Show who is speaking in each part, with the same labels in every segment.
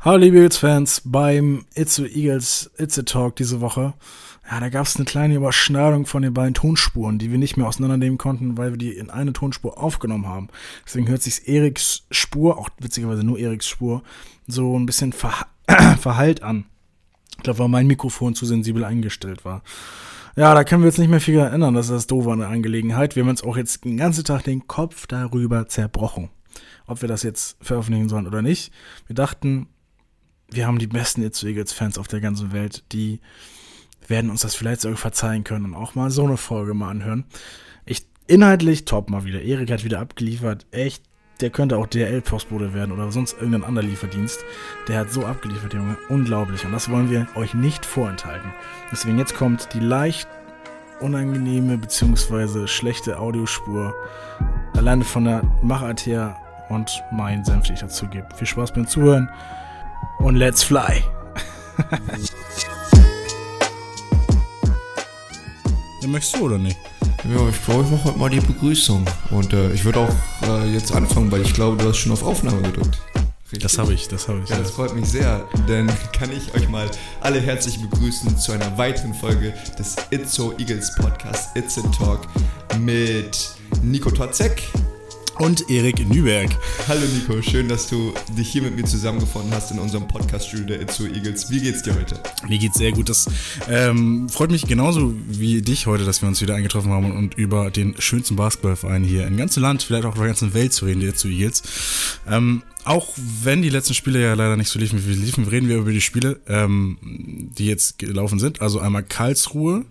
Speaker 1: Hallo liebe Eagles-Fans, beim It's the Eagles, It's a Talk diese Woche. Ja, da gab es eine kleine Überschneidung von den beiden Tonspuren, die wir nicht mehr auseinandernehmen konnten, weil wir die in eine Tonspur aufgenommen haben. Deswegen hört sich Eriks Spur, auch witzigerweise nur Eriks Spur, so ein bisschen verha verhallt an. Ich glaube, weil mein Mikrofon zu sensibel eingestellt war. Ja, da können wir jetzt nicht mehr viel dran ändern. Das ist das Doofe an der Angelegenheit. Wir haben uns auch jetzt den ganzen Tag den Kopf darüber zerbrochen, ob wir das jetzt veröffentlichen sollen oder nicht. Wir dachten, wir haben die besten It's the Eagles Fans auf der ganzen Welt, die werden uns das vielleicht sogar verzeihen können und auch mal so eine Folge mal anhören. Ich, inhaltlich top mal wieder. Erik hat wieder abgeliefert. Echt, der könnte auch DRL-Postbote werden oder sonst irgendein anderer Lieferdienst. Der hat so abgeliefert, Junge. Unglaublich. Und das wollen wir euch nicht vorenthalten. Deswegen jetzt kommt die leicht unangenehme bzw. schlechte Audiospur. Alleine von der Machart her und mein Senf, den ich dazu gebe. Viel Spaß beim Zuhören und let's fly. ja, möchtest du oder nicht?
Speaker 2: Ja, ich glaube, ich mache heute mal die Begrüßung. Und äh, ich würde auch äh, jetzt anfangen, weil ich glaube, du hast schon auf Aufnahme gedrückt. Richtig?
Speaker 1: Das habe ich, das habe ich.
Speaker 2: Ja, das freut mich sehr. Denn kann ich euch mal alle herzlich begrüßen zu einer weiteren Folge des It's So Eagles Podcast It's a Talk mit Nico Totzek.
Speaker 1: Und Erik Nüberg.
Speaker 2: Hallo Nico, schön, dass du dich hier mit mir zusammengefunden hast in unserem Podcast-Studio der It's So Eagles. Wie geht's dir heute?
Speaker 1: Mir geht's sehr gut. Das ähm, freut mich genauso wie dich heute, dass wir uns wieder eingetroffen haben und über den schönsten Basketballverein hier im ganzen Land, vielleicht auch auf der ganzen Welt zu reden, der It's So Eagles. Ähm, auch wenn die letzten Spiele ja leider nicht so liefen, wie sie liefen, reden wir über die Spiele, ähm, die jetzt gelaufen sind. Also einmal Karlsruhe.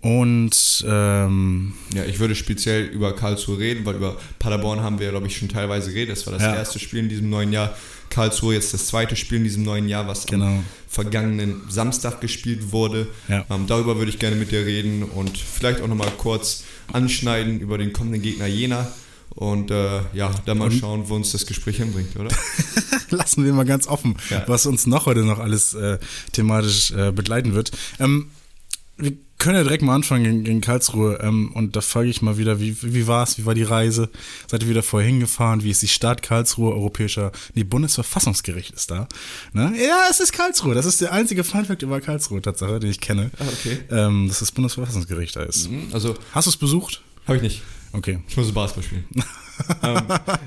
Speaker 1: Und ähm,
Speaker 2: Ja, ich würde speziell über Karlsruhe reden, weil über Paderborn haben wir, glaube ich, schon teilweise geredet. Das war das
Speaker 1: Ja.
Speaker 2: erste Spiel in diesem neuen Jahr. Karlsruhe jetzt das zweite Spiel in diesem neuen Jahr, was
Speaker 1: Genau.
Speaker 2: am vergangenen Samstag gespielt wurde.
Speaker 1: Ja.
Speaker 2: Ähm, darüber würde ich gerne mit dir reden und vielleicht auch nochmal kurz anschneiden über den kommenden Gegner Jena. Und äh, ja, dann mal schauen, wo uns das Gespräch hinbringt, oder?
Speaker 1: lassen wir mal ganz offen,
Speaker 2: Ja.
Speaker 1: was uns noch heute noch alles äh, thematisch äh, begleiten wird. Ähm, wir können ja direkt mal anfangen gegen, gegen Karlsruhe ähm, und da frage ich mal wieder, wie, wie war es, wie war die Reise? Seid ihr wieder vorher hingefahren? Wie ist die Stadt Karlsruhe, europäischer, nee, Bundesverfassungsgericht ist da. Ne? Ja, es ist Karlsruhe, das ist der einzige Funfact über Karlsruhe, Tatsache, den ich kenne,
Speaker 2: Ah, okay.
Speaker 1: ähm, dass das Bundesverfassungsgericht da ist.
Speaker 2: Hm, Also,
Speaker 1: Hast du es besucht?
Speaker 2: habe ich nicht.
Speaker 1: Okay.
Speaker 2: Ich muss Basketball spielen. ähm,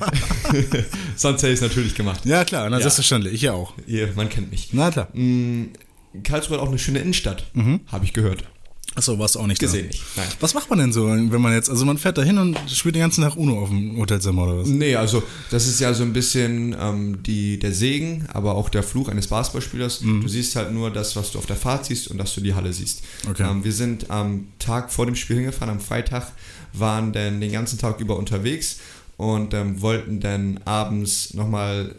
Speaker 2: sonst hätte ich es natürlich gemacht.
Speaker 1: Ja, klar, na, selbstverständlich, ich ja auch.
Speaker 2: Ihr, man kennt mich.
Speaker 1: Na klar.
Speaker 2: Mm, Karlsruhe hat auch eine schöne Innenstadt, habe ich gehört.
Speaker 1: Achso, warst du auch nicht da.
Speaker 2: Gesehen nicht. Nein.
Speaker 1: Was macht man denn so, wenn man jetzt, also man fährt da hin und spielt den ganzen Tag UNO auf dem Hotelzimmer oder was?
Speaker 2: Nee, also das ist ja so ein bisschen ähm, die, der Segen, aber auch der Fluch eines Basketballspielers. Du siehst halt nur das, was du auf der Fahrt siehst und dass du die Halle siehst.
Speaker 1: Okay.
Speaker 2: Ähm, wir sind am Tag vor dem Spiel hingefahren, am Freitag, waren dann den ganzen Tag über unterwegs und ähm, wollten dann abends nochmal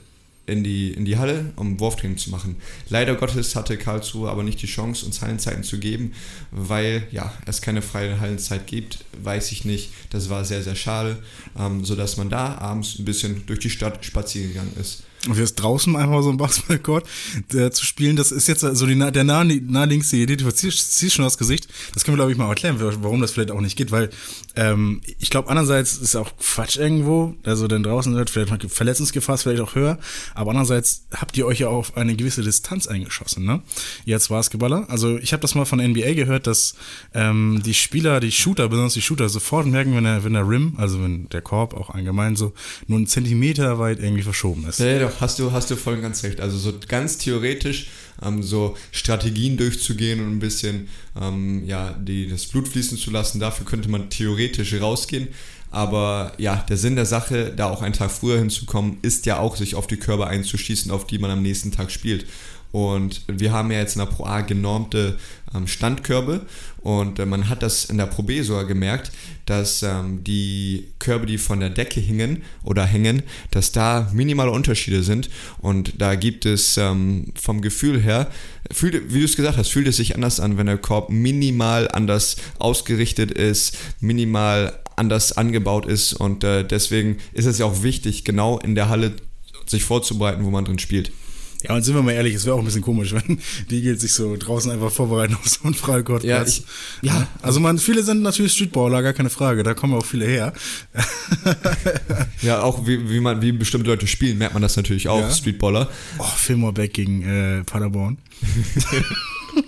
Speaker 2: in die, in die Halle, um Wurftraining zu machen. Leider Gottes hatte Karlsruhe aber nicht die Chance, uns Hallenzeiten zu geben, weil ja, es keine freie Hallenzeit gibt, weiß ich nicht. Das war sehr, sehr schade, ähm, sodass man da abends ein bisschen durch die Stadt spazieren gegangen ist.
Speaker 1: Und wir ist draußen einfach so ein Basketballcourt äh, zu spielen, das ist jetzt so die, na- der nah- naheliegendste Idee, du ziehst ziehst schon das Gesicht. Das können wir, glaube ich, mal erklären, warum das vielleicht auch nicht geht, weil ähm, ich glaube, andererseits ist auch Quatsch irgendwo, also denn draußen wird vielleicht mal Verletzungsgefahr, ist vielleicht auch höher, aber andererseits habt ihr euch ja auch auf eine gewisse Distanz eingeschossen, ne? Ihr als Basketballer. Also ich habe das mal von NBA gehört, dass ähm, die Spieler, die Shooter, besonders die Shooter, sofort merken, wenn der, wenn der Rim, also wenn der Korb auch allgemein so nur einen Zentimeter weit irgendwie verschoben ist.
Speaker 2: Ja, ja, doch, hast du, hast du voll und ganz recht. Also so ganz theoretisch ähm, so Strategien durchzugehen und ein bisschen ähm, ja, die, das Blut fließen zu lassen, dafür könnte man theoretisch rausgehen. Aber ja, der Sinn der Sache, da auch einen Tag früher hinzukommen, ist ja auch, sich auf die Körper einzuschießen, auf die man am nächsten Tag spielt. Und wir haben ja jetzt in der Pro A genormte ähm, Standkörbe und äh, man hat das in der Pro B sogar gemerkt, dass ähm, die Körbe, die von der Decke hingen oder hängen, dass da minimale Unterschiede sind und da gibt es ähm, vom Gefühl her, fühlt, wie du es gesagt hast, fühlt es sich anders an, wenn der Korb minimal anders ausgerichtet ist, minimal anders angebaut ist und äh, deswegen ist es ja auch wichtig, genau in der Halle sich vorzubereiten, wo man drin spielt.
Speaker 1: Ja, und sind wir mal ehrlich, es wäre auch ein bisschen komisch, wenn die Eagles sich so draußen einfach vorbereiten auf so einen Freikortplatz.
Speaker 2: Ja, ich- ja.
Speaker 1: Also man, viele sind natürlich Streetballer, gar keine Frage, da kommen auch viele her.
Speaker 2: Ja, auch wie, wie, man, wie bestimmte Leute spielen, merkt man das natürlich auch,
Speaker 1: Ja.
Speaker 2: Streetballer.
Speaker 1: Oh, Fillmore Beck gegen äh, Paderborn.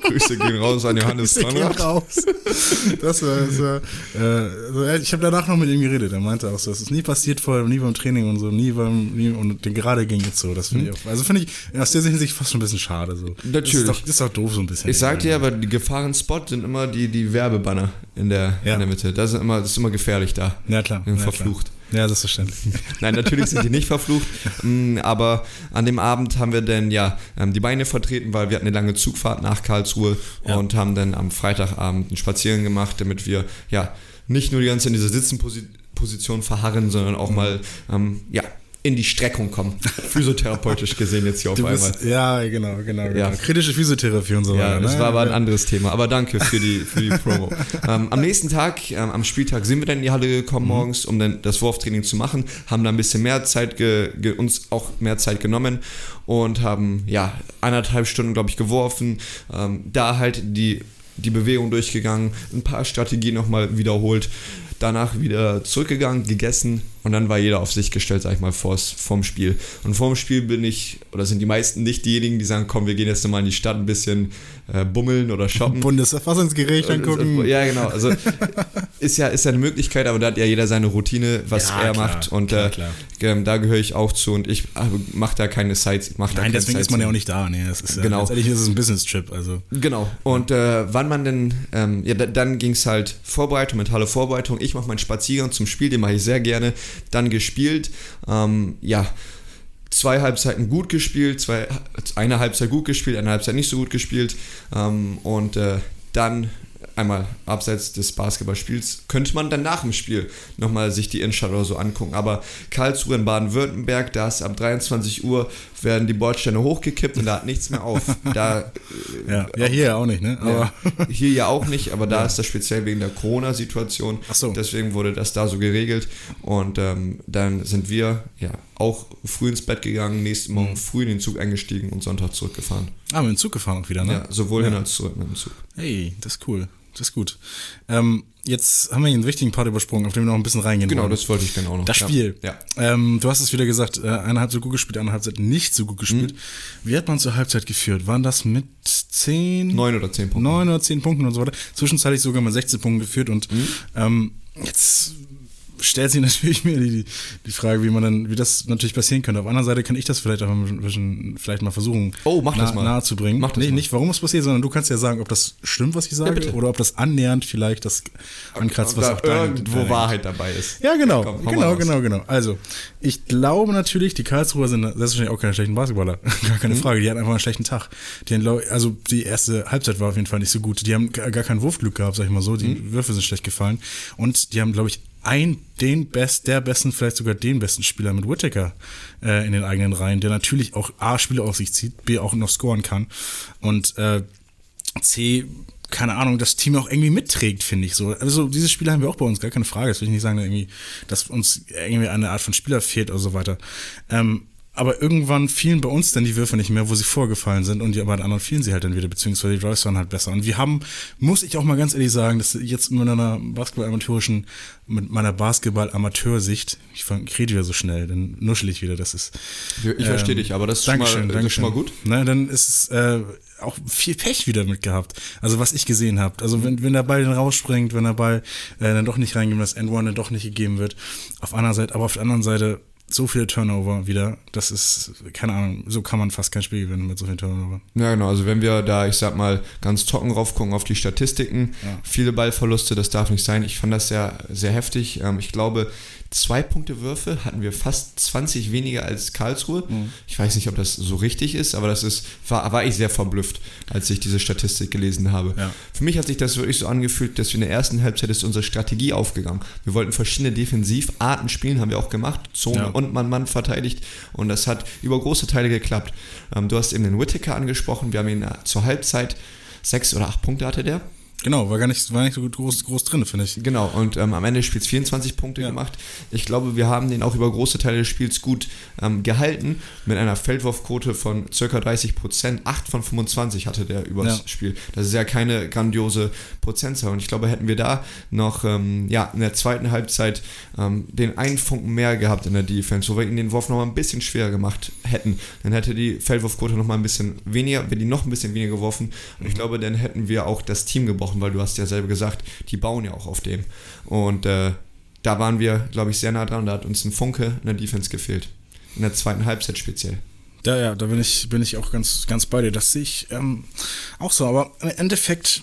Speaker 2: Grüße gehen raus an Johannes
Speaker 1: Der ging
Speaker 2: Tanner.
Speaker 1: raus. Das war, das war äh, also, äh, ich habe danach noch mit ihm geredet. Er meinte auch so, das ist nie passiert vorher, nie beim Training und so, nie beim, nie, und den gerade ging jetzt so. Das finde ich auch, also finde ich aus der Hinsicht fast schon ein bisschen schade. So. Das
Speaker 2: Mhm. Natürlich.
Speaker 1: ist doch, ist doch doof so ein bisschen.
Speaker 2: Ich sag dir aber, die Gefahrenspot sind immer die, die Werbebanner in der,
Speaker 1: Ja.
Speaker 2: in der Mitte. Das ist, immer, das ist immer gefährlich da.
Speaker 1: ja klar.
Speaker 2: Sind
Speaker 1: ja,
Speaker 2: verflucht.
Speaker 1: Klar. Ja, das ist verständlich.
Speaker 2: Nein, natürlich sind die nicht verflucht. Mm, Aber an dem Abend haben wir dann ja ähm, die Beine vertreten, weil wir hatten eine lange Zugfahrt nach Karlsruhe
Speaker 1: Ja.
Speaker 2: und haben dann am Freitagabend einen Spaziergang gemacht, damit wir ja nicht nur die ganze Zeit in dieser Sitzenposition verharren, sondern
Speaker 1: Mhm.
Speaker 2: auch mal ähm, ja, in die Streckung kommen. Physiotherapeutisch gesehen jetzt hier auf
Speaker 1: Du
Speaker 2: einmal.
Speaker 1: bist, ja, genau, genau, genau.
Speaker 2: Ja.
Speaker 1: Kritische Physiotherapie und so
Speaker 2: Ja,
Speaker 1: weiter.
Speaker 2: das
Speaker 1: ne?
Speaker 2: war aber ein
Speaker 1: Ja.
Speaker 2: anderes Thema. Aber danke für die, für die Promo. ähm, am nächsten Tag, ähm, am Spieltag, sind wir dann in die Halle gekommen
Speaker 1: Mhm.
Speaker 2: morgens, um dann das Wurftraining zu machen. Haben da ein bisschen mehr Zeit, ge, ge, uns auch mehr Zeit genommen und haben, ja, anderthalb Stunden, glaube ich, geworfen. Ähm, da halt die, die Bewegung durchgegangen, ein paar Strategien nochmal wiederholt. Danach wieder zurückgegangen, gegessen und dann war jeder auf sich gestellt, sag ich mal, vors, vorm Spiel. Und vorm Spiel bin ich, oder sind die meisten nicht diejenigen, die sagen, komm, wir gehen jetzt nochmal in die Stadt ein bisschen äh, bummeln oder shoppen.
Speaker 1: Bundesverfassungsgericht angucken.
Speaker 2: Ja, genau. Also ist ja, ist ja eine Möglichkeit, aber da hat ja jeder seine Routine, was
Speaker 1: Ja,
Speaker 2: er
Speaker 1: klar,
Speaker 2: macht. Und
Speaker 1: klar,
Speaker 2: äh,
Speaker 1: klar.
Speaker 2: ähm, da gehöre ich auch zu und ich mache da keine Sites. Mach da
Speaker 1: Nein,
Speaker 2: kein
Speaker 1: deswegen ist man
Speaker 2: Sightseeing.
Speaker 1: ja auch nicht da. Nee, das ist ja,
Speaker 2: halt Genau.
Speaker 1: Letztendlich ist es ein Business-Trip. Also.
Speaker 2: Genau. Und äh, wann man denn, ähm, ja, da, dann ging es halt Vorbereitung, mentale Vorbereitung. Ich mache meinen Spaziergang zum Spiel, den mache ich sehr gerne. Dann gespielt, ähm, ja, zwei Halbzeiten gut gespielt, zwei, eine Halbzeit gut gespielt, eine Halbzeit nicht so gut gespielt. Ähm, und äh, dann einmal abseits des Basketballspiels könnte man dann nach dem Spiel nochmal sich die Innenstadt oder so angucken. Aber Karlsruhe in Baden-Württemberg, da ist ab 23 Uhr werden die Bordsteine hochgekippt und da hat nichts mehr auf. Da äh,
Speaker 1: Ja. ja, hier auch nicht, ne? Aber
Speaker 2: ja. Hier ja auch nicht, aber da ist das speziell wegen der Corona-Situation.
Speaker 1: Ach so.
Speaker 2: Deswegen wurde das da so geregelt. Und ähm, dann sind wir ja auch früh ins Bett gegangen, nächsten Morgen früh in den Zug eingestiegen und Sonntag zurückgefahren.
Speaker 1: Ah, mit dem Zug gefahren auch wieder, ne?
Speaker 2: Ja, sowohl hin als zurück mit dem Zug.
Speaker 1: Hey, das ist cool. Das ist gut. Ähm, jetzt haben wir hier einen wichtigen Part übersprungen, auf den wir noch ein bisschen reingehen
Speaker 2: Genau,
Speaker 1: wollen.
Speaker 2: das wollte ich genau noch.
Speaker 1: Das
Speaker 2: Ja.
Speaker 1: Spiel.
Speaker 2: Ja.
Speaker 1: Ähm, du hast es wieder gesagt, äh, eine Halbzeit gut gespielt, eine Halbzeit nicht so gut
Speaker 2: Mhm.
Speaker 1: gespielt. Wie hat man zur Halbzeit geführt? Waren das mit 10?
Speaker 2: Neun oder zehn Punkte.
Speaker 1: Neun oder 10 Punkten und so weiter. Zwischenzeitlich sogar mal 16 Punkten geführt und
Speaker 2: Mhm.
Speaker 1: ähm, jetzt stellt sich natürlich mir die, die Frage, wie man dann, wie das natürlich passieren könnte. Auf der anderen Seite kann ich das vielleicht auch mal ein bisschen, vielleicht mal versuchen,
Speaker 2: Oh, mach das mal.
Speaker 1: nahe zu bringen.
Speaker 2: Mach das
Speaker 1: nee,
Speaker 2: mal.
Speaker 1: nicht warum es passiert, sondern du kannst ja sagen, ob das stimmt, was ich sage,
Speaker 2: bitte.
Speaker 1: oder ob das annähernd vielleicht das ankratzt, was
Speaker 2: da
Speaker 1: auch dein-
Speaker 2: irgendwo
Speaker 1: dein-
Speaker 2: Wahrheit dabei ist.
Speaker 1: ja, genau.
Speaker 2: Komm, hau mal
Speaker 1: genau,
Speaker 2: raus.
Speaker 1: genau, genau. Also, ich glaube natürlich, die Karlsruher sind selbstverständlich auch keine schlechten Basketballer. Gar keine
Speaker 2: Mhm.
Speaker 1: Frage. Die hatten einfach einen schlechten Tag. Die hatten, glaub- also, die erste Halbzeit war auf jeden Fall nicht so gut. Die haben gar gar kein Wurfglück gehabt, sag ich mal so. Die
Speaker 2: Mhm.
Speaker 1: Würfe sind schlecht gefallen. Und die haben, glaube ich, ein, den best, der besten, vielleicht sogar den besten Spieler mit Whittaker äh, in den eigenen Reihen, der natürlich auch A, Spiele auf sich zieht, B, auch noch scoren kann. Und äh, C, keine Ahnung, das Team auch irgendwie mitträgt, finde ich so. Also diese Spieler haben wir auch bei uns, gar keine Frage. Das will ich nicht sagen, dass irgendwie, dass uns irgendwie eine Art von Spieler fehlt oder so weiter. Ähm, aber irgendwann fielen bei uns dann die Würfe nicht mehr, wo sie vorgefallen sind und die, bei den anderen fielen sie halt dann wieder, beziehungsweise die Drives waren halt besser. Und wir haben, muss ich auch mal ganz ehrlich sagen, dass jetzt mit einer Basketball-amateurischen, mit meiner Basketball-Amateursicht, ich fang- ich rede wieder so schnell, dann nuschel ich wieder, das ist,
Speaker 2: Ich, ich verstehe dich, aber das ist, schon mal,
Speaker 1: Ähm, Dankeschön,
Speaker 2: das ist schon
Speaker 1: Dankeschön.
Speaker 2: mal
Speaker 1: Na,
Speaker 2: gut.
Speaker 1: dann ist es äh, auch viel Pech wieder mit gehabt. Also was ich gesehen habe. Also wenn, wenn der Ball dann rausspringt, wenn der Ball äh, dann doch nicht reingegeben wird, das N1 dann doch nicht gegeben wird. Auf einer Seite, aber auf der anderen Seite so viele Turnover wieder. Das ist, keine Ahnung, so kann man fast kein Spiel gewinnen mit so vielen Turnover.
Speaker 2: Ja, genau. Also, wenn wir da, ich sag mal, ganz trocken raufgucken auf die Statistiken, viele Ballverluste, das darf nicht sein. Ich fand das sehr, sehr heftig. Ähm, Ich glaube, zwei Punkte Würfe hatten wir fast 20 weniger als Karlsruhe. Ich weiß nicht, ob das so richtig ist, aber das ist, war, war ich sehr verblüfft, als ich diese Statistik gelesen habe.
Speaker 1: Ja.
Speaker 2: Für mich hat sich das wirklich so angefühlt, dass wir in der ersten Halbzeit ist unsere Strategie aufgegangen. Wir wollten verschiedene Defensivarten spielen, haben wir auch gemacht, Zone
Speaker 1: Ja.
Speaker 2: und Mann-Mann verteidigt und das hat über große Teile geklappt. Ähm, du hast eben den Whittaker angesprochen, wir haben ihn äh, zur Halbzeit sechs oder acht Punkte hatte der.
Speaker 3: Genau, war gar nicht, war nicht so groß, groß drin, finde ich.
Speaker 2: Genau, und ähm, am Ende des Spiels 24 Punkte
Speaker 3: Ja.
Speaker 2: gemacht. Ich glaube, wir haben den auch über große Teile des Spiels gut ähm, gehalten, mit einer Feldwurfquote von ca. 30%. 8 von 25 hatte der übers
Speaker 3: Ja.
Speaker 2: Spiel. Das ist ja keine grandiose Prozentzahl. Und ich glaube, hätten wir da noch ähm, ja, in der zweiten Halbzeit ähm, den einen Funken mehr gehabt in der Defense, wo wir ihnen den Wurf nochmal ein bisschen schwerer gemacht hätten, dann hätte die Feldwurfquote nochmal ein bisschen weniger, wenn die noch ein bisschen weniger geworfen. Und ich glaube, dann hätten wir auch das Team gebrochen, weil du hast ja selber gesagt, die bauen ja auch auf dem. Und äh, da waren wir, glaube ich, sehr nah dran. Da hat uns ein Funke in der Defense gefehlt. In der zweiten Halbzeit speziell.
Speaker 1: Da, ja, da bin ich, bin ich auch ganz, ganz bei dir. Das sehe ich ähm, auch so. Aber im Endeffekt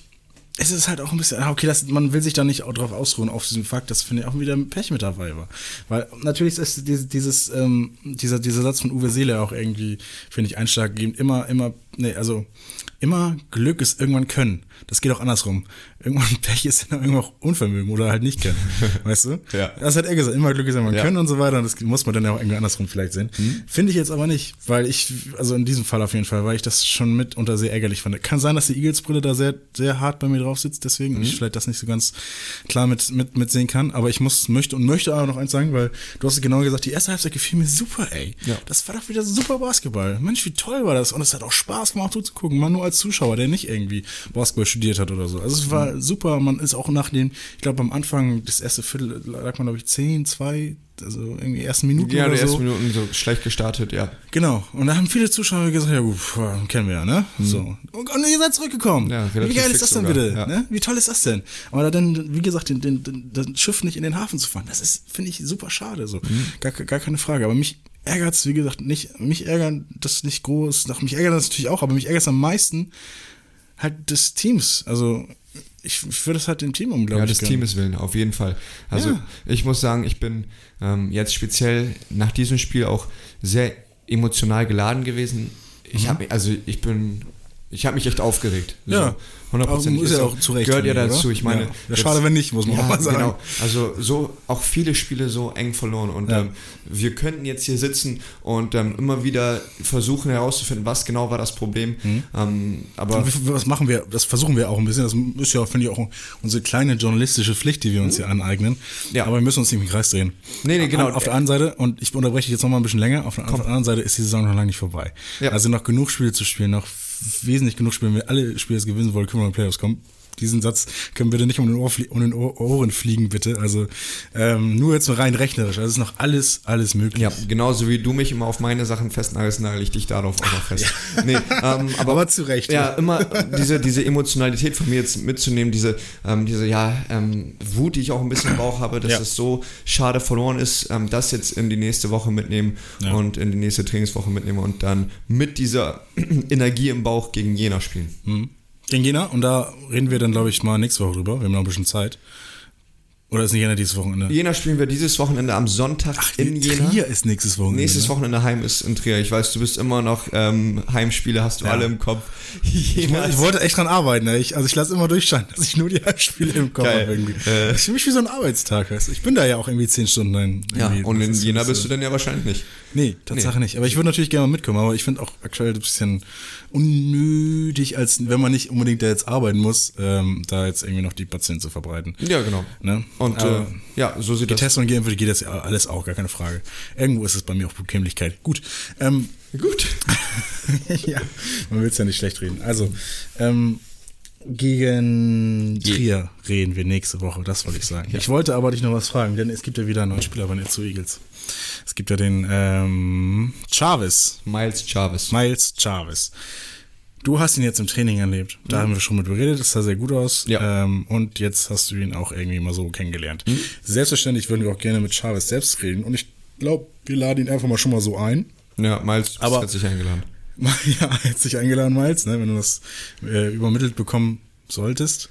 Speaker 1: ist es halt auch ein bisschen, ah, okay, das, man will sich da nicht auch drauf ausruhen, auf diesem Fakt, das finde ich auch wieder ein Pech mit dabei war. Weil natürlich ist dieses, dieses ähm, dieser, dieser Satz von Uwe Seele auch irgendwie, finde ich, einschlaggebend. Immer, immer, nee, also immer Glück ist irgendwann Können. Das geht auch andersrum. Irgendwann Pech ist dann irgendwann auch Unvermögen oder halt nicht Können. weißt du?
Speaker 2: Ja.
Speaker 1: Das hat er gesagt. Immer Glück ist irgendwann
Speaker 2: Ja. Hm.
Speaker 1: Können und so weiter. Und das muss man dann ja auch irgendwie andersrum vielleicht sehen. Finde ich jetzt aber nicht, weil ich, also in diesem Fall auf jeden Fall, weil ich das schon mitunter sehr ärgerlich fand. Kann sein, dass die Eagles-Brille da sehr, sehr hart bei mir drauf sitzt, deswegen
Speaker 2: Hm.
Speaker 1: und ich vielleicht das nicht so ganz klar mit, mit, mitsehen kann. Aber ich muss, möchte und möchte aber noch eins sagen, weil du hast genau gesagt, die erste Halbzeit gefiel mir super, ey.
Speaker 2: Ja.
Speaker 1: Das war doch wieder super Basketball. Mensch, wie toll war das. Und es hat auch Spaß gemacht, zuzugucken. Man nur als Zuschauer, der nicht irgendwie Basketball studiert hat oder so. Also es
Speaker 2: Mhm.
Speaker 1: war super. Man ist auch nach dem, ich glaube, am Anfang, das erste Viertel lag man, glaube ich, 10, 2, also irgendwie ersten Minuten
Speaker 2: Ja,
Speaker 1: oder
Speaker 2: die
Speaker 1: so.
Speaker 2: ersten Minuten so schlecht gestartet, ja.
Speaker 1: Genau. Und da haben viele Zuschauer gesagt, ja gut, pf, kennen wir ja, ne? So. Und, und ihr seid zurückgekommen.
Speaker 2: Mhm. Ja,
Speaker 1: wie
Speaker 2: relativ
Speaker 1: geil
Speaker 2: fix
Speaker 1: ist das denn
Speaker 2: sogar,
Speaker 1: bitte?
Speaker 2: ja.
Speaker 1: Ne? Wie toll ist das denn? Aber dann, wie gesagt, den, den, den, das Schiff nicht in den Hafen zu fahren, das ist, finde ich, super schade. So.
Speaker 2: Mhm.
Speaker 1: Gar, gar keine Frage. Aber mich ärgert es, wie gesagt, nicht, mich ärgert das nicht groß. Doch, mich ärgert das natürlich auch, aber mich ärgert es am meisten halt des Teams. Also ich, ich würde es halt dem Team
Speaker 2: Ja,
Speaker 1: unglaublich
Speaker 2: des
Speaker 1: gönnen.
Speaker 2: Teames willen, auf jeden Fall. Also
Speaker 1: Ja.
Speaker 2: ich muss sagen, ich bin ähm, jetzt speziell nach diesem Spiel auch sehr emotional geladen gewesen. Ich
Speaker 1: Mhm.
Speaker 2: habe mich, also ich bin, ich habe mich echt aufgeregt.
Speaker 1: Ja.
Speaker 2: so, 100%.
Speaker 1: Aber ist ja auch zu Recht
Speaker 2: Gehört ja
Speaker 1: von dir,
Speaker 2: dazu.
Speaker 1: oder?
Speaker 2: Ich meine,
Speaker 1: Ja. Ja, schade, wenn nicht, muss man auch mal sagen.
Speaker 2: Genau. Also so auch viele Spiele so eng verloren und ähm, wir könnten jetzt hier sitzen und ähm, immer wieder versuchen herauszufinden, was genau war das Problem.
Speaker 1: Mhm.
Speaker 2: Ähm, aber
Speaker 1: W- Was machen wir? Das versuchen wir auch ein bisschen. Das ist ja, finde ich, auch unsere kleine journalistische Pflicht, die wir uns hier aneignen.
Speaker 2: Mhm. Ja.
Speaker 1: Aber wir müssen uns nicht im Kreis drehen.
Speaker 2: Nee, nee, genau.
Speaker 1: Auf der anderen Seite, und ich unterbreche jetzt nochmal ein bisschen länger, auf der, auf der anderen Seite ist die Saison noch lange nicht vorbei.
Speaker 2: Ja.
Speaker 1: Also noch genug Spiele zu spielen, noch f- wesentlich genug Spiele. Wenn wir alle Spiele jetzt gewinnen wollen, können wir in die Playoffs kommen. Diesen Satz können bitte nicht um den, Ohr flie um den Ohr Ohren fliegen, bitte. Also ähm, nur jetzt rein rechnerisch. Also es ist noch alles, alles möglich.
Speaker 2: Ja, genauso wie du mich immer auf meine Sachen festnagelst, nagel ich dich darauf auch noch fest. Nee, ähm, aber,
Speaker 1: Aber zu Recht,
Speaker 2: Ja, immer diese, diese Emotionalität von mir jetzt mitzunehmen, diese, ähm, diese ja, ähm, Wut, die ich auch ein bisschen im Bauch habe, dass
Speaker 1: Ja.
Speaker 2: es so schade verloren ist, ähm, das jetzt in die nächste Woche mitnehmen
Speaker 1: Ja.
Speaker 2: und in die nächste Trainingswoche mitnehmen und dann mit dieser Energie im Bauch gegen Jena spielen.
Speaker 1: Hm. Gegen Jena, und da reden wir dann, glaube ich, mal nächste Woche drüber. Wir haben noch ein bisschen Zeit. Oder ist nicht Jena dieses Wochenende?
Speaker 2: Jena spielen wir dieses Wochenende am Sonntag in Jena.
Speaker 1: Trier ist nächstes Wochenende.
Speaker 2: Nächstes
Speaker 1: ne?
Speaker 2: Wochenende heim ist in Trier. Ich weiß, du bist immer noch ähm, Heimspiele, hast du alle im Kopf.
Speaker 1: Ich, wo-
Speaker 2: Jena
Speaker 1: ich
Speaker 2: ist-
Speaker 1: wollte echt dran arbeiten. ey. Ich, also ich lasse immer durchscheinen, dass ich nur die Heimspiele im Kopf
Speaker 2: Geil.
Speaker 1: habe. irgendwie.
Speaker 2: Äh.
Speaker 1: Das ist für mich wie so ein Arbeitstag. Weißt du? Ich bin da ja auch irgendwie zehn Stunden rein.
Speaker 2: Ja,
Speaker 1: irgendwie.
Speaker 2: und
Speaker 1: Das
Speaker 2: in
Speaker 1: ist-
Speaker 2: Jena
Speaker 1: das
Speaker 2: bist
Speaker 1: ist-
Speaker 2: du dann ja wahrscheinlich nicht.
Speaker 1: Nee, Tatsache nicht. Aber ich würde natürlich gerne mal mitkommen. Aber ich finde auch aktuell ein bisschen unnötig, als wenn man nicht unbedingt da jetzt arbeiten muss, ähm, da jetzt irgendwie noch die Patienten zu verbreiten.
Speaker 2: Ja, genau.
Speaker 1: Ne?
Speaker 2: Und äh,
Speaker 1: Aber-
Speaker 2: ja, so sieht das.
Speaker 1: Testen und Geimpfte geht das ja alles auch, gar keine Frage. Irgendwo ist es bei mir auch Bequemlichkeit. Gut. Ähm, Gut. ja, man will es ja nicht schlecht reden. Also, ähm, gegen Trier reden wir nächste Woche, das wollte ich sagen. Ich wollte aber dich noch was fragen, denn es gibt ja wieder einen neuen Spieler bei den zu Eagles. Es gibt ja den ähm, Chavez,
Speaker 2: Miles Chavez.
Speaker 1: Miles Chavez. Du hast ihn jetzt im Training erlebt. Da haben wir schon mit geredet. Das sah sehr gut aus.
Speaker 2: Ja.
Speaker 1: Ähm, und jetzt hast du ihn auch irgendwie mal so kennengelernt. Selbstverständlich würden wir auch gerne mit Chavez selbst reden. Und ich glaube, wir laden ihn einfach mal schon mal so ein.
Speaker 2: Ja, Miles du bist
Speaker 1: Aber-
Speaker 2: herzlich eingeladen.
Speaker 1: ja, herzlich eingeladen, Miles, ne, wenn du das äh, übermittelt bekommen solltest.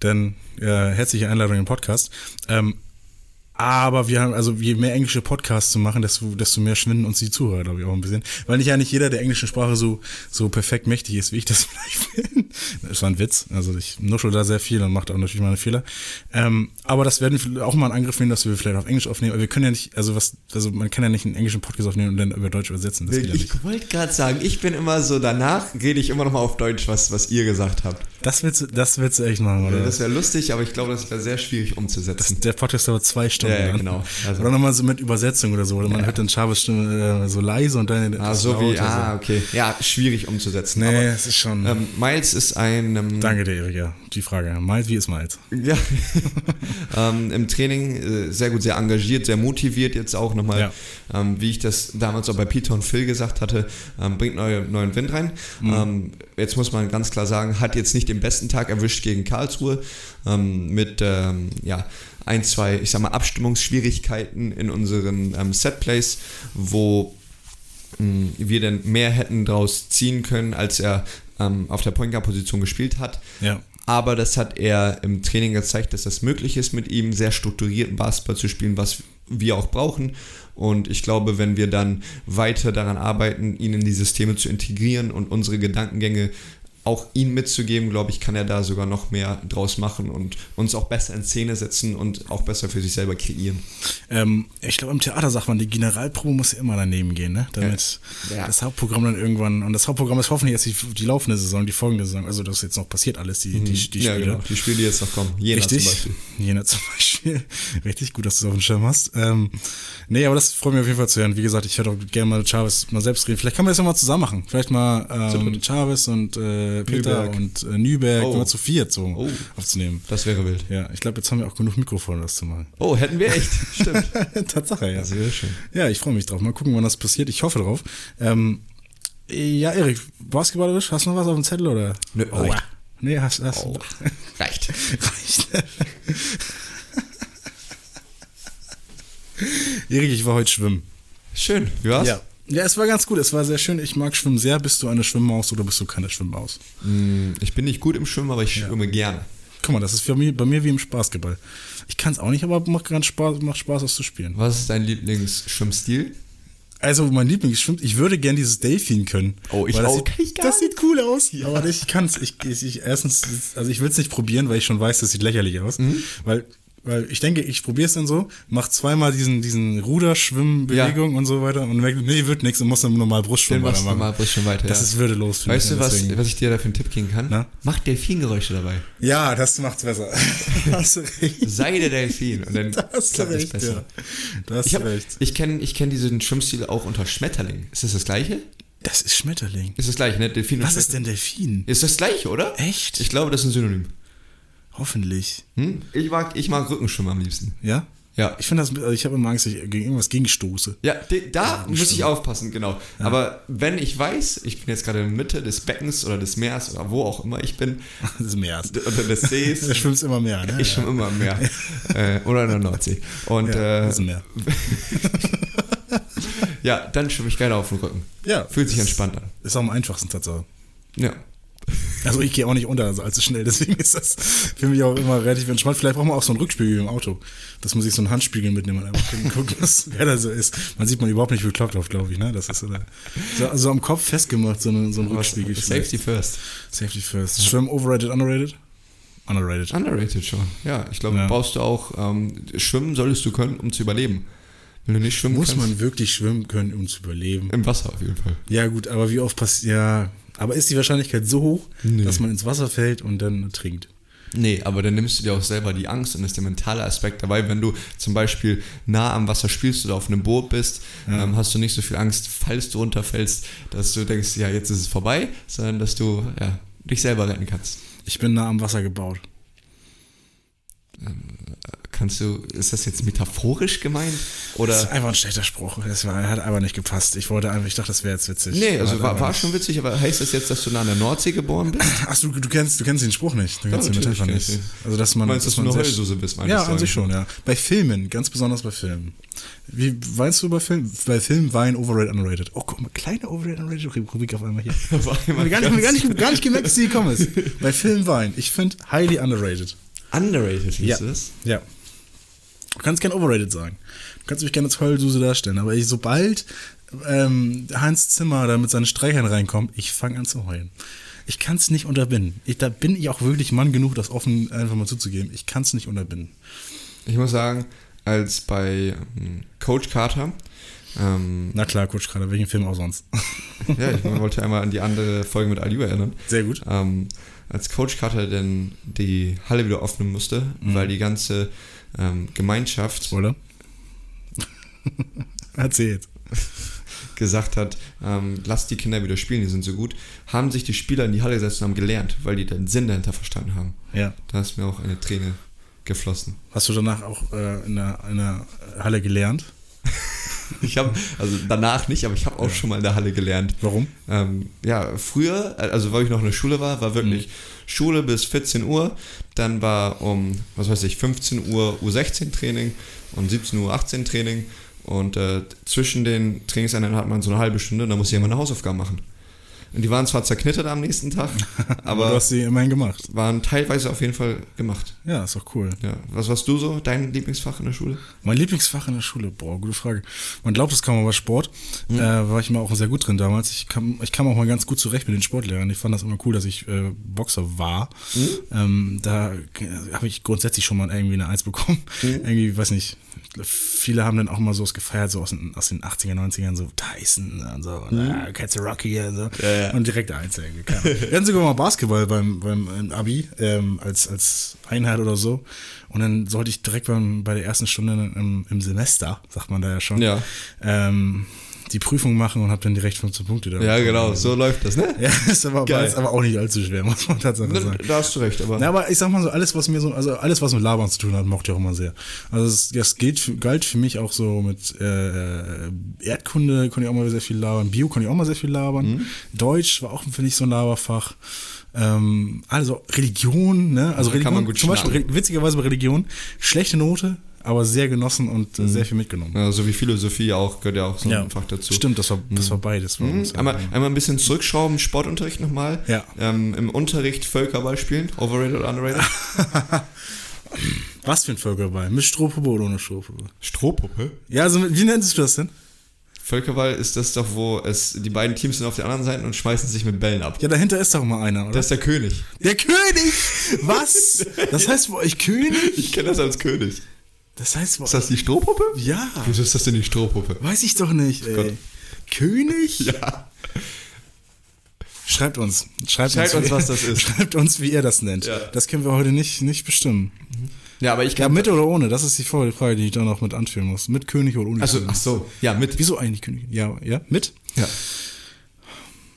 Speaker 1: Dann äh, herzliche Einladung im Podcast. Ähm, aber wir haben, also je mehr englische Podcasts zu machen, desto, desto mehr schwinden uns die Zuhörer, glaube ich, auch ein bisschen. Weil nicht ja nicht jeder der englischen Sprache so, so perfekt mächtig ist, wie ich das vielleicht bin. Das war ein Witz. Also ich nuschel da sehr viel und mache auch natürlich meine Fehler. Ähm, aber das werden wir auch mal in Angriff nehmen, dass wir vielleicht auf Englisch aufnehmen. Aber wir können ja nicht, also was, also man kann ja nicht einen englischen Podcast aufnehmen und dann über Deutsch übersetzen. Das geht ja nicht.
Speaker 2: Ich wollte gerade sagen, ich bin immer so, danach rede ich immer noch mal auf Deutsch, was, was ihr gesagt habt.
Speaker 1: Das willst, du, das willst du echt machen, oder?
Speaker 2: Das wäre lustig, aber ich glaube, das wäre sehr schwierig umzusetzen.
Speaker 1: der Podcast dauert zwei Stunden.
Speaker 2: Ja, ja,
Speaker 1: lang.
Speaker 2: genau. Also-
Speaker 1: Oder nochmal so mit Übersetzung oder so. Oder man hört dann Chaves Stimme äh, so leise und dann
Speaker 2: ah,
Speaker 1: etwas
Speaker 2: so wie,
Speaker 1: lauter,
Speaker 2: ah, okay. Ja, schwierig umzusetzen.
Speaker 1: Nee,
Speaker 2: aber,
Speaker 1: es ist schon.
Speaker 2: ähm, Miles ist ein ähm,
Speaker 1: danke dir, Erika. Die Frage. Miles, wie ist Miles?
Speaker 2: Ja, ähm, im Training äh, sehr gut, sehr engagiert, sehr motiviert jetzt auch nochmal,
Speaker 1: Ja.
Speaker 2: ähm, wie ich das damals auch bei Peter und Phil gesagt hatte, ähm, bringt neue, neuen Wind rein. Ähm, jetzt muss man ganz klar sagen, hat jetzt nicht den besten Tag erwischt gegen Karlsruhe ähm, mit ähm, ja, ein, zwei, ich sag mal, Abstimmungsschwierigkeiten in unseren ähm, Setplays, wo mh, wir denn mehr hätten draus ziehen können, als er ähm, auf der Point Guard Position gespielt hat.
Speaker 1: Ja.
Speaker 2: Aber das hat er im Training gezeigt, dass das möglich ist, mit ihm sehr strukturierten Basketball zu spielen, was wir auch brauchen. Und ich glaube, wenn wir dann weiter daran arbeiten, ihn in die Systeme zu integrieren und unsere Gedankengänge auch ihm mitzugeben, glaube ich, kann er da sogar noch mehr draus machen und uns auch besser in Szene setzen und auch besser für sich selber kreieren.
Speaker 1: Ähm, ich glaube, im Theater sagt man, die Generalprobe muss ja immer daneben gehen, ne? damit
Speaker 2: Ja.
Speaker 1: das Hauptprogramm dann irgendwann, und das Hauptprogramm ist hoffentlich jetzt die, die laufende Saison, die folgende Saison, also das ist jetzt noch passiert alles,
Speaker 2: Mhm.
Speaker 1: die, die, die Spiele.
Speaker 2: genau. die Spiele, die jetzt noch kommen. Jena
Speaker 1: Richtig.
Speaker 2: zum Beispiel.
Speaker 1: Jena zum Beispiel. Richtig, gut, dass du es auf dem Schirm hast. Ähm, nee, aber das freut mich auf jeden Fall zu hören. Wie gesagt, ich hätte auch gerne mal Chavez mal selbst reden. Vielleicht können wir das ja mal zusammen machen. Vielleicht mal ähm, Chavez und äh, Peter
Speaker 2: Nüberg.
Speaker 1: und äh, Nüberg
Speaker 2: Oh.
Speaker 1: mal zu viert so
Speaker 2: Oh.
Speaker 1: aufzunehmen.
Speaker 2: Das wäre wild.
Speaker 1: Ja, ich glaube, jetzt haben wir auch genug Mikrofone, das zu machen.
Speaker 2: Oh, hätten wir echt. Stimmt.
Speaker 1: Tatsache, ja.
Speaker 2: Sehr schön.
Speaker 1: Ja, ich freue mich drauf. Mal gucken, wann das passiert. Ich hoffe drauf. Ähm, ja, Erik, basketballerisch, hast du noch was auf dem Zettel oder? Oh.
Speaker 2: Nö, reicht.
Speaker 1: Nee, hast, hast
Speaker 2: Oh, reicht.
Speaker 1: Reicht. Erik, ich war heute schwimmen.
Speaker 2: Schön. Wie war's?
Speaker 1: Ja. Ja, es war ganz gut. Es war sehr schön. Ich mag Schwimmen sehr. Bist du eine Schwimmmaus oder bist du keine Schwimmmaus?
Speaker 2: Mm, Ich bin nicht gut im Schwimmen, aber ich schwimme gerne.
Speaker 1: Guck mal, das ist für mich, bei mir wie im Spaßgeball. Ich kann es auch nicht, aber macht ganz Spaß, macht Spaß, das zu spielen.
Speaker 2: Was ist dein Lieblingsschwimmstil?
Speaker 1: Also, mein Lieblingsschwimmt, ich würde gern dieses Delfin können.
Speaker 2: Oh, ich
Speaker 1: Weil das
Speaker 2: auch.
Speaker 1: Sieht,
Speaker 2: Kann ich gar
Speaker 1: das sieht cool aus, aber ich kann es. Ich, ich, ich, erstens, also ich will es nicht probieren, weil ich schon weiß, das sieht lächerlich aus.
Speaker 2: Mhm.
Speaker 1: Weil, weil ich denke, ich probiere es dann so, mach zweimal diesen, diesen Ruderschwimmbewegung und so weiter und merke, nee, wird nichts und muss dann normal Brustschwimmen
Speaker 2: machst du
Speaker 1: weitermachen.
Speaker 2: normal Brustschwimmen weiter,
Speaker 1: Das
Speaker 2: ja.
Speaker 1: ist würdelos für
Speaker 2: Weißt
Speaker 1: mich.
Speaker 2: du,
Speaker 1: dann,
Speaker 2: was,
Speaker 1: deswegen.
Speaker 2: was ich dir da für einen Tipp geben kann?
Speaker 1: Na?
Speaker 2: Mach Delfingeräusche dabei.
Speaker 1: Ja, das macht's besser. Hast du recht.
Speaker 2: Sei der Delfin und dann
Speaker 1: Hast du
Speaker 2: klappt es
Speaker 1: recht, ja.
Speaker 2: besser.
Speaker 1: Da hast
Speaker 2: Ich,
Speaker 1: du
Speaker 2: hab-
Speaker 1: recht.
Speaker 2: ich kenne ich kenn diesen Schwimmstil auch unter Schmetterling. Ist das das gleiche?
Speaker 1: Das ist Schmetterling.
Speaker 2: Ist das gleiche, ne? Delfin und
Speaker 1: Was ist
Speaker 2: Schmetterling.
Speaker 1: denn Delfin?
Speaker 2: Ist das gleiche, oder?
Speaker 1: Echt?
Speaker 2: Ich glaube, das ist ein Synonym.
Speaker 1: Hoffentlich.
Speaker 2: Hm? Ich, mag, ich mag Rückenschwimmen am liebsten.
Speaker 1: Ja?
Speaker 2: Ja.
Speaker 1: Ich finde das, also ich habe immer Angst, dass ich gegen irgendwas gegenstoße.
Speaker 2: Ja, de, da muss ich aufpassen, genau. Aber wenn ich weiß, ich bin jetzt gerade in der Mitte des Beckens oder des Meers oder wo auch immer ich bin,
Speaker 1: Das ist mehr.
Speaker 2: d- oder des
Speaker 1: Du
Speaker 2: Sees,
Speaker 1: schwimmst immer mehr, ne?
Speaker 2: ich schon immer im Meer. äh, oder in der Nordsee. Und
Speaker 1: Ja,
Speaker 2: ja,
Speaker 1: das ist
Speaker 2: äh,
Speaker 1: mehr.
Speaker 2: ja dann schwimme ich gerne auf dem Rücken.
Speaker 1: Ja.
Speaker 2: Fühlt sich entspannt an.
Speaker 1: Ist auch am einfachsten tatsächlich.
Speaker 2: Ja.
Speaker 1: Also ich gehe auch nicht unter also allzu schnell, deswegen ist das für mich auch immer relativ entspannt. Vielleicht braucht man auch so einen Rückspiegel im Auto, dass man sich so einen Handspiegel mitnimmt und einfach gucken, was, wer da so ist. Man sieht man überhaupt nicht, wie klopft auf, glaube ich, ne? Das ist so, so, so am Kopf festgemacht, so, eine, so ein
Speaker 2: Was,
Speaker 1: Rückspiegel. vielleicht.
Speaker 2: safety first.
Speaker 1: Safety first. Schwimmen overrated, underrated? Underrated.
Speaker 2: Underrated schon. Ja, ich glaube,
Speaker 1: Ja.
Speaker 2: brauchst du auch, ähm, schwimmen solltest du können, um zu überleben. Wenn du nicht schwimmen
Speaker 1: Muss
Speaker 2: kannst,
Speaker 1: man wirklich schwimmen können, um zu überleben?
Speaker 2: im Wasser auf jeden Fall.
Speaker 1: Ja, gut, aber wie oft passiert. Ja, aber ist die Wahrscheinlichkeit so hoch,
Speaker 2: Nee.
Speaker 1: dass man ins Wasser fällt und dann trinkt?
Speaker 2: Nee, aber dann nimmst du dir auch selber die Angst und ist der mentale Aspekt dabei. Wenn du zum Beispiel nah am Wasser spielst oder auf einem Boot bist, ähm, hast du nicht so viel Angst, falls du runterfällst, dass du denkst, ja, jetzt ist es vorbei, sondern dass du ja, dich selber retten kannst.
Speaker 1: Ich bin nah am Wasser gebaut.
Speaker 2: Kannst du, ist das jetzt metaphorisch gemeint?
Speaker 1: Das ist
Speaker 2: Oder.
Speaker 1: einfach ein schlechter Spruch. Das war, hat aber nicht gepasst. Ich wollte einfach, ich dachte, das wäre jetzt witzig.
Speaker 2: Nee, also
Speaker 1: Aber
Speaker 2: war,
Speaker 1: einfach
Speaker 2: war
Speaker 1: nicht.
Speaker 2: schon witzig, aber heißt das jetzt, dass du nah an der Nordsee geboren bist?
Speaker 1: Ach, du, du kennst, du kennst den Spruch nicht. Du kennst die
Speaker 2: natürlich
Speaker 1: Metapher
Speaker 2: kenn ich
Speaker 1: nicht. Also, dass man.
Speaker 2: Meinst du, dass du
Speaker 1: man
Speaker 2: eine
Speaker 1: sehr-
Speaker 2: Heulsuse bist, meinst
Speaker 1: Ja,
Speaker 2: du
Speaker 1: an sich
Speaker 2: eigentlich?
Speaker 1: schon, ja. Bei Filmen, ganz besonders bei Filmen. Wie weinst du bei Filmen? Bei Filmen Wein overrated, underrated. Oh, guck mal, kleine overrated, underrated Rubrik auf einmal hier.
Speaker 2: Auf einmal
Speaker 1: Haben wir gar, nicht, haben wir gar, nicht, gar nicht gemerkt, dass die gekommen ist. Bei Film Wein. Ich finde highly underrated.
Speaker 2: Underrated
Speaker 1: ja.
Speaker 2: hieß es.
Speaker 1: Ja. Du kannst gerne overrated sagen. Du kannst mich gerne als Heulsuse darstellen, aber ich, sobald ähm, Hans Zimmer da mit seinen Streichern reinkommt, ich fange an zu heulen. Ich kann es nicht unterbinden. Ich, da bin ich auch wirklich Mann genug, das offen einfach mal zuzugeben. Ich kann es nicht unterbinden.
Speaker 2: Ich muss sagen, als bei ähm, Coach Carter Ähm,
Speaker 1: Na klar, Coach Carter, welchen Film auch sonst.
Speaker 2: ja, ich wollte einmal an die andere Folge mit Aliu erinnern.
Speaker 1: Sehr gut.
Speaker 2: Ähm, als Coach Carter denn die Halle wieder öffnen musste, weil die ganze ähm, Gemeinschaft
Speaker 1: Oder? Erzählt.
Speaker 2: gesagt hat, ähm, lasst die Kinder wieder spielen, die sind so gut, haben sich die Spieler in die Halle gesetzt und haben gelernt, weil die den Sinn dahinter verstanden haben.
Speaker 1: Ja.
Speaker 2: Da ist mir auch eine Träne geflossen.
Speaker 1: Hast du danach auch äh, in, der, in der Halle gelernt?
Speaker 2: Ich habe, also danach nicht, aber ich habe auch schon mal in der Halle gelernt.
Speaker 1: Warum?
Speaker 2: Ähm, ja, früher, also weil ich noch in der Schule war, war wirklich Schule bis 14 Uhr, dann war um, was weiß ich, 15 Uhr U16 Training und 17 Uhr U18 Training und äh, zwischen den Trainingseinheiten hat man so eine halbe Stunde und da musste jemand eine Hausaufgabe machen. Und die waren zwar zerknittert am nächsten Tag,
Speaker 1: du
Speaker 2: aber
Speaker 1: hast sie immerhin gemacht.
Speaker 2: waren teilweise auf jeden Fall gemacht.
Speaker 1: Ja, ist doch cool.
Speaker 2: Ja, was warst du so, dein Lieblingsfach in der Schule?
Speaker 1: Mein Lieblingsfach in der Schule, boah, gute Frage. Man glaubt es kaum, aber Sport äh, war ich mal auch sehr gut drin damals. Ich kam, ich kam auch mal ganz gut zurecht mit den Sportlehrern. Ich fand das immer cool, dass ich äh, Boxer war.
Speaker 2: Mhm.
Speaker 1: Ähm, da äh, habe ich grundsätzlich schon mal irgendwie eine Eins bekommen.
Speaker 2: Mhm.
Speaker 1: Irgendwie, weiß nicht. Viele haben dann auch mal sowas gefeiert, so aus den, aus den 80er, 90ern, so Tyson und so, und, äh, Cats Rocky und so.
Speaker 2: Mhm. ja.
Speaker 1: Und direkt eins irgendwie. keine Ahnung. Wir hatten sogar mal Basketball beim, beim ähm, Abi ähm, als, als Einheit oder so. Und dann sollte ich direkt beim, bei der ersten Stunde im, im Semester, sagt man da ja schon,
Speaker 2: Ja.
Speaker 1: ähm, die Prüfung machen und habe dann direkt 15 Punkte. da
Speaker 2: Ja,
Speaker 1: bekommen.
Speaker 2: genau, so läuft das, ne?
Speaker 1: Ja, ist aber,
Speaker 2: Geil.
Speaker 1: ist aber auch nicht allzu schwer, muss man tatsächlich
Speaker 2: Da,
Speaker 1: sagen.
Speaker 2: da hast du recht, aber
Speaker 1: Na, aber ich sag mal so, alles, was mir so, also alles, was mit Labern zu tun hat, mochte ich auch immer sehr. Also das, das gilt für, galt für mich auch so mit äh, Erdkunde konnte ich auch mal sehr viel labern, Bio konnte ich auch mal sehr viel labern, Deutsch war auch, finde ich, so ein Laberfach. Ähm, also Religion, ne? Also Religion,
Speaker 2: kann man gut
Speaker 1: zum Beispiel,
Speaker 2: schnacken.
Speaker 1: re- witzigerweise bei Religion, schlechte Note, aber sehr genossen und äh, sehr viel mitgenommen.
Speaker 2: ja, so wie Philosophie auch, gehört ja auch so ein Fach dazu.
Speaker 1: Stimmt, das war, das war beides. War uns, ja.
Speaker 2: Einmal, einmal ein bisschen zurückschrauben, Sportunterricht nochmal.
Speaker 1: Ja.
Speaker 2: Ähm, Im Unterricht Völkerball spielen, overrated oder underrated?
Speaker 1: Was für ein Völkerball? Mit Strohpuppe oder ohne Strohpuppe?
Speaker 2: Strohpuppe?
Speaker 1: Ja, also mit- wie nennst du das denn?
Speaker 2: Völkerball ist das doch, wo es die beiden Teams sind auf der anderen Seite und schmeißen sich mit Bällen ab.
Speaker 1: Ja, dahinter ist doch mal einer, oder?
Speaker 2: Das ist der König.
Speaker 1: Der König! Was? Das heißt für euch König?
Speaker 2: Ich kenne das als König.
Speaker 1: Das heißt für
Speaker 2: Ist das die Strohpuppe?
Speaker 1: Ja.
Speaker 2: Wieso ist das denn die Strohpuppe?
Speaker 1: Weiß ich doch nicht, ey.
Speaker 2: Oh Gott.
Speaker 1: König?
Speaker 2: Ja.
Speaker 1: Schreibt uns. Schreibt,
Speaker 2: Schreibt uns,
Speaker 1: wie-
Speaker 2: was das ist.
Speaker 1: Schreibt uns, wie ihr das nennt.
Speaker 2: Ja.
Speaker 1: Das können wir heute nicht, nicht bestimmen.
Speaker 2: Ja, aber ich
Speaker 1: Ja,
Speaker 2: glaube.
Speaker 1: mit oder ohne? Das ist die Frage, die Frage, die ich da noch mit anführen muss. Mit König oder ohne
Speaker 2: Achso,
Speaker 1: König?
Speaker 2: Also, ach so. Ja, mit.
Speaker 1: Wieso eigentlich König? Ja, ja, mit?
Speaker 2: Ja.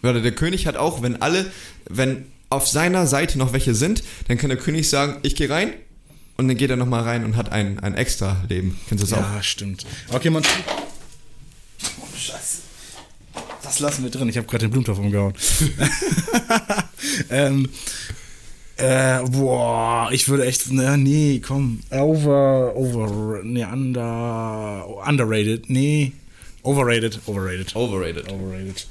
Speaker 2: Warte, der König hat auch, wenn alle, wenn auf seiner Seite noch welche sind, dann kann der König sagen, ich gehe rein und dann geht er nochmal rein und hat ein, ein extra Leben. Kennst du das auch?
Speaker 1: Ja, stimmt. Okay, man. Oh, Scheiße. Das lassen wir drin. Ich habe gerade den Blumentopf umgehauen. ähm, äh, boah, ich würde echt. Na, nee, komm. Over. Over. Nee, under. Underrated. Nee. Overrated. Overrated.
Speaker 2: Overrated.
Speaker 1: Overrated.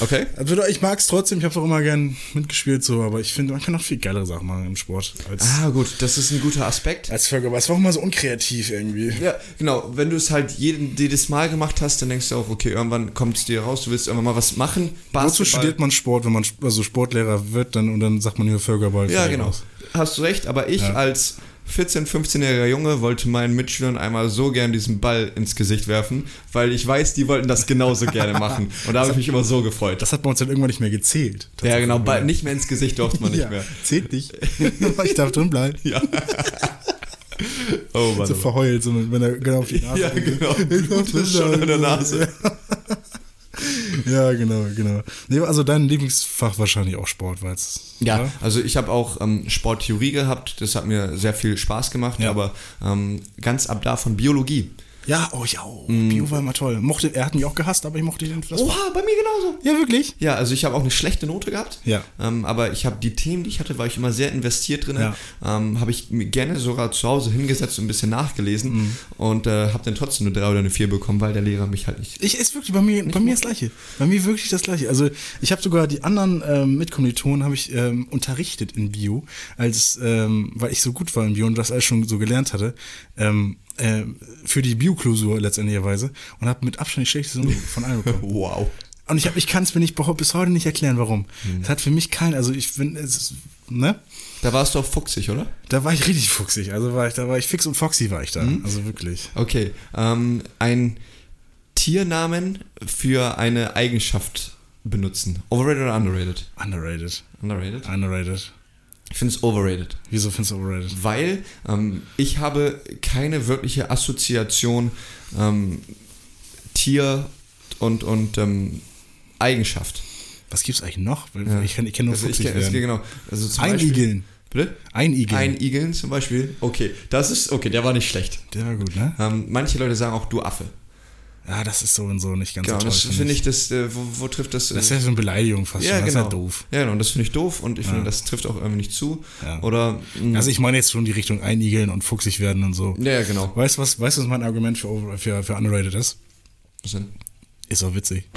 Speaker 2: Okay.
Speaker 1: Also, ich mag's trotzdem. Ich habe auch immer gern mitgespielt, so. Aber ich finde, man kann auch viel geilere Sachen machen im Sport. Als,
Speaker 2: Ah, gut, das ist ein guter Aspekt.
Speaker 1: als Völker. Aber es war auch mal so unkreativ irgendwie.
Speaker 2: Ja, genau. Wenn du es halt jeden, jedes Mal gemacht hast, dann denkst du auch, okay, irgendwann kommt es dir raus, du willst irgendwann mal was machen.
Speaker 1: Wozu studiert man Sport, wenn man Sp- also Sportlehrer wird dann und dann sagt man hier Völkerball?
Speaker 2: Ja,
Speaker 1: fertig
Speaker 2: genau.
Speaker 1: aus.
Speaker 2: Hast du recht, aber ich als 14-, 15-jähriger Junge wollte meinen Mitschülern einmal so gern diesen Ball ins Gesicht werfen, weil ich weiß, die wollten das genauso gerne machen. Und da habe ich mich immer so gefreut.
Speaker 1: Das hat bei uns dann irgendwann nicht mehr gezählt.
Speaker 2: Ja, genau, Ball nicht mehr ins Gesicht durfte man nicht
Speaker 1: Ja,
Speaker 2: mehr.
Speaker 1: Zählt nicht. ich darf drin bleiben.
Speaker 2: Oh, Mann.
Speaker 1: So verheult, so wenn er genau auf die Nase
Speaker 2: Ja,
Speaker 1: geht.
Speaker 2: genau. Du bist schon an der Nase.
Speaker 1: Ja, genau, genau. Nee, also dein Lieblingsfach wahrscheinlich auch Sport, weil es.
Speaker 2: Ja, also ich habe auch ähm, Sporttheorie gehabt, das hat mir sehr viel Spaß gemacht,
Speaker 1: Ja.
Speaker 2: aber ähm, ganz ab davon Biologie.
Speaker 1: Ja, oh, ich auch.
Speaker 2: Mhm.
Speaker 1: Bio war immer toll. Mochte, er hat mich auch gehasst, aber ich mochte den. Das
Speaker 2: Oha, bei mir genauso.
Speaker 1: Ja, wirklich?
Speaker 2: Ja, also ich habe auch eine schlechte Note gehabt.
Speaker 1: Ja.
Speaker 2: Ähm, aber ich habe die Themen, die ich hatte, war ich immer sehr investiert drin.
Speaker 1: Ja.
Speaker 2: Ähm, habe ich mir gerne sogar zu Hause hingesetzt und ein bisschen nachgelesen und äh, habe dann trotzdem eine 3 oder eine 4 bekommen, weil der Lehrer mich halt nicht.
Speaker 1: Ich ist wirklich bei mir, bei mir das Gleiche. Bei mir wirklich das Gleiche. Also ich habe sogar die anderen ähm, Mitkommilitonen habe ich ähm, unterrichtet in Bio, als ähm, weil ich so gut war in Bio und das alles schon so gelernt hatte. Ähm, ähm, für die Bio-Klausur letztendlicherweise und habe mit Abstand die schlechteste Note von allen bekommen.
Speaker 2: Wow.
Speaker 1: Und ich, hab- ich kann es mir nicht behau- bis heute nicht erklären, warum. Es hat für mich keinen, also ich bin, es ist, ne?
Speaker 2: Da warst du auch fuchsig, oder?
Speaker 1: Da war ich richtig fuchsig. Also war ich, da war ich fix und foxy war ich da. Also wirklich.
Speaker 2: Okay. Ähm, ein Tiernamen für eine Eigenschaft benutzen. Overrated oder underrated?
Speaker 1: Underrated.
Speaker 2: Underrated?
Speaker 1: Underrated.
Speaker 2: Ich finde es overrated.
Speaker 1: Wieso findest du overrated?
Speaker 2: Weil ähm, ich habe keine wirkliche Assoziation ähm, Tier und, und ähm, Eigenschaft.
Speaker 1: Was gibt's eigentlich noch? Weil
Speaker 2: Ja.
Speaker 1: Ich kenne ich kenn nur
Speaker 2: Also ich,
Speaker 1: fuchsig
Speaker 2: kenn- es geht
Speaker 1: werden.
Speaker 2: genau. Also zum Beispiel,
Speaker 1: Einigeln.
Speaker 2: bitte?
Speaker 1: Einigeln.
Speaker 2: Einigeln zum Beispiel. Okay, das ist, okay, der war nicht schlecht.
Speaker 1: Der war gut, ne?
Speaker 2: Ähm, manche Leute sagen auch du Affe.
Speaker 1: Ja, das ist so und so nicht ganz
Speaker 2: Genau,
Speaker 1: so
Speaker 2: das
Speaker 1: toll. find
Speaker 2: finde ich, das, äh, wo, wo trifft das? äh,
Speaker 1: Das ist ja so eine Beleidigung fast
Speaker 2: ja,
Speaker 1: schon. Das
Speaker 2: genau.
Speaker 1: ist ja doof.
Speaker 2: Ja, genau, und das finde ich doof und ich finde, das trifft auch irgendwie nicht zu.
Speaker 1: Ja.
Speaker 2: Oder, mh,
Speaker 1: Also ich meine jetzt schon die Richtung einigeln und fuchsig werden und so.
Speaker 2: ja, ja, genau.
Speaker 1: Weißt du, was, weißt, du, was mein Argument für, over- für, für underrated ist?
Speaker 2: Was denn?
Speaker 1: Ist doch witzig.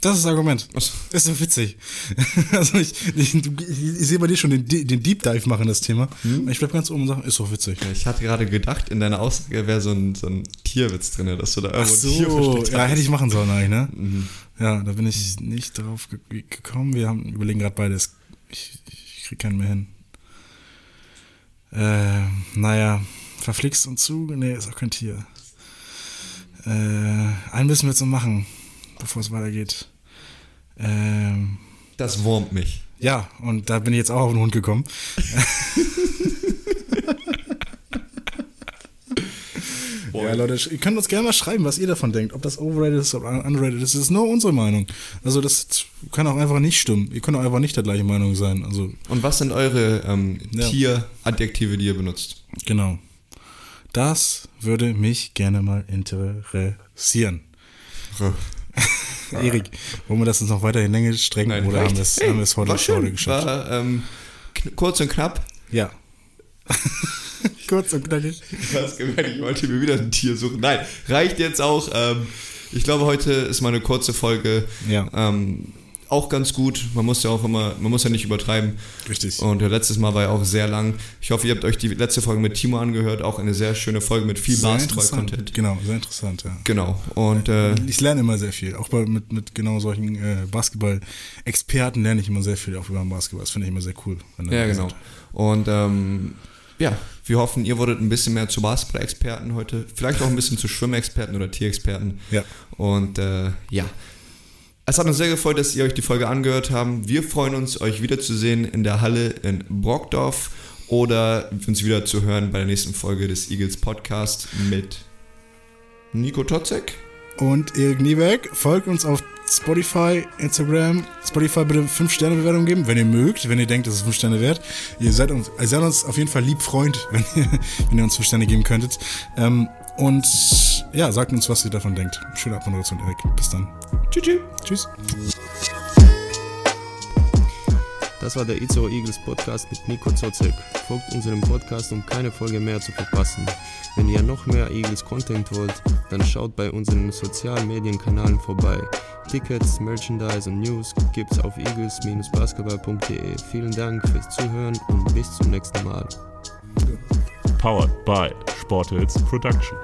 Speaker 1: Das ist das Argument.
Speaker 2: Achso.
Speaker 1: Ist doch witzig. Also ich, ich, du- ich, ich sehe bei dir schon den, Di- den Deep Dive machen, das Thema.
Speaker 2: Hm?
Speaker 1: Ich bleib ganz oben und sage, ist doch witzig.
Speaker 2: Ja, Äh, Ich hatte gerade gedacht, in deiner Aussage wäre so ein, so ein Tierwitz drin, dass du da
Speaker 1: Ach
Speaker 2: irgendwo ein Tier
Speaker 1: so,
Speaker 2: versteckt
Speaker 1: ja,
Speaker 2: hast.
Speaker 1: hätte ich machen sollen eigentlich, ne? Ja, da bin ich nicht drauf ge ge- gekommen. Wir haben, überlegen gerade beides. Ich, ich krieg keinen mehr hin. Äh, naja, verflixt und zu? Nee, ist auch kein Tier. Äh, einen müssen wir jetzt noch machen, bevor es weitergeht. Ähm,
Speaker 2: Das wurmt mich.
Speaker 1: ja, und da bin ich jetzt auch auf den Hund gekommen. Ja, Leute, sch- ihr könnt uns gerne mal schreiben, was ihr davon denkt. Ob das overrated ist oder un- underrated ist, das ist nur unsere Meinung. Also das t- kann auch einfach nicht stimmen. Ihr könnt auch einfach nicht der gleichen Meinung sein. Also,
Speaker 2: Und was sind eure ähm,
Speaker 1: Ja.
Speaker 2: Tieradjektive, die ihr benutzt?
Speaker 1: genau. Das würde mich gerne mal interessieren. Erik, wollen wir das jetzt noch weiter in Länge strecken oder
Speaker 2: Ah. reicht.
Speaker 1: haben wir es
Speaker 2: Hey,
Speaker 1: haben wir es heute,
Speaker 2: war schön.
Speaker 1: heute geschafft?
Speaker 2: War, ähm, kn- kurz und knapp.
Speaker 1: Ja. Kurz und knackig.
Speaker 2: Du hast gemerkt, ich wollte mir wieder ein Tier suchen. Nein, reicht jetzt auch. Ähm, ich glaube, heute ist mal eine kurze Folge.
Speaker 1: Ja.
Speaker 2: Ähm, auch ganz gut. Man muss ja auch immer, man muss ja nicht übertreiben.
Speaker 1: Richtig.
Speaker 2: Und ja, letztes Mal war ja auch sehr lang. Ich hoffe, ihr habt euch die letzte Folge mit Timo angehört. Auch eine sehr schöne Folge mit viel
Speaker 1: Sehr
Speaker 2: Basketball-Content.
Speaker 1: interessant. Genau, sehr interessant, ja.
Speaker 2: Genau. Und äh,
Speaker 1: Ich lerne immer sehr viel. Auch bei, mit, mit genau solchen äh, Basketball-Experten lerne ich immer sehr viel auch über den Basketball. Das finde ich immer sehr cool. wenn da
Speaker 2: ja,
Speaker 1: die
Speaker 2: genau.
Speaker 1: sind.
Speaker 2: Und ähm, ja, wir hoffen, ihr wurdet ein bisschen mehr zu Basketball-Experten heute. Vielleicht auch ein bisschen zu Schwimmexperten oder Tierexperten.
Speaker 1: Ja.
Speaker 2: Und äh, ja. Es hat uns sehr gefreut, dass ihr euch die Folge angehört haben. Wir freuen uns, euch wiederzusehen in der Halle in Brockdorf oder uns wieder zu hören bei der nächsten Folge des Eagles Podcast mit Nico Totzek.
Speaker 1: Und Erik Niebeck, folgt uns auf Spotify, Instagram. Spotify bitte 5-Sterne-Bewertung geben, wenn ihr mögt, wenn ihr denkt, das ist 5 Sterne wert. Ihr seid uns, ihr seid uns auf jeden Fall lieb Freund, wenn ihr, wenn ihr uns 5 Sterne geben könntet. Ähm, und ja, sagt uns, was ihr davon denkt. Schöne Abmoderation, Erik. Bis dann.
Speaker 2: Tschüss. tschüss.
Speaker 1: Tschüss.
Speaker 4: Das war der Itzehoe Eagles Podcast mit Nico Zotzek. Folgt unserem Podcast, um keine Folge mehr zu verpassen. Wenn ihr noch mehr Eagles Content wollt, dann schaut bei unseren sozialen Medienkanälen vorbei. Tickets, Merchandise und News gibt's auf eagles-basketball.de. Vielen Dank fürs Zuhören und bis zum nächsten Mal.
Speaker 5: Powered by Sportels Production.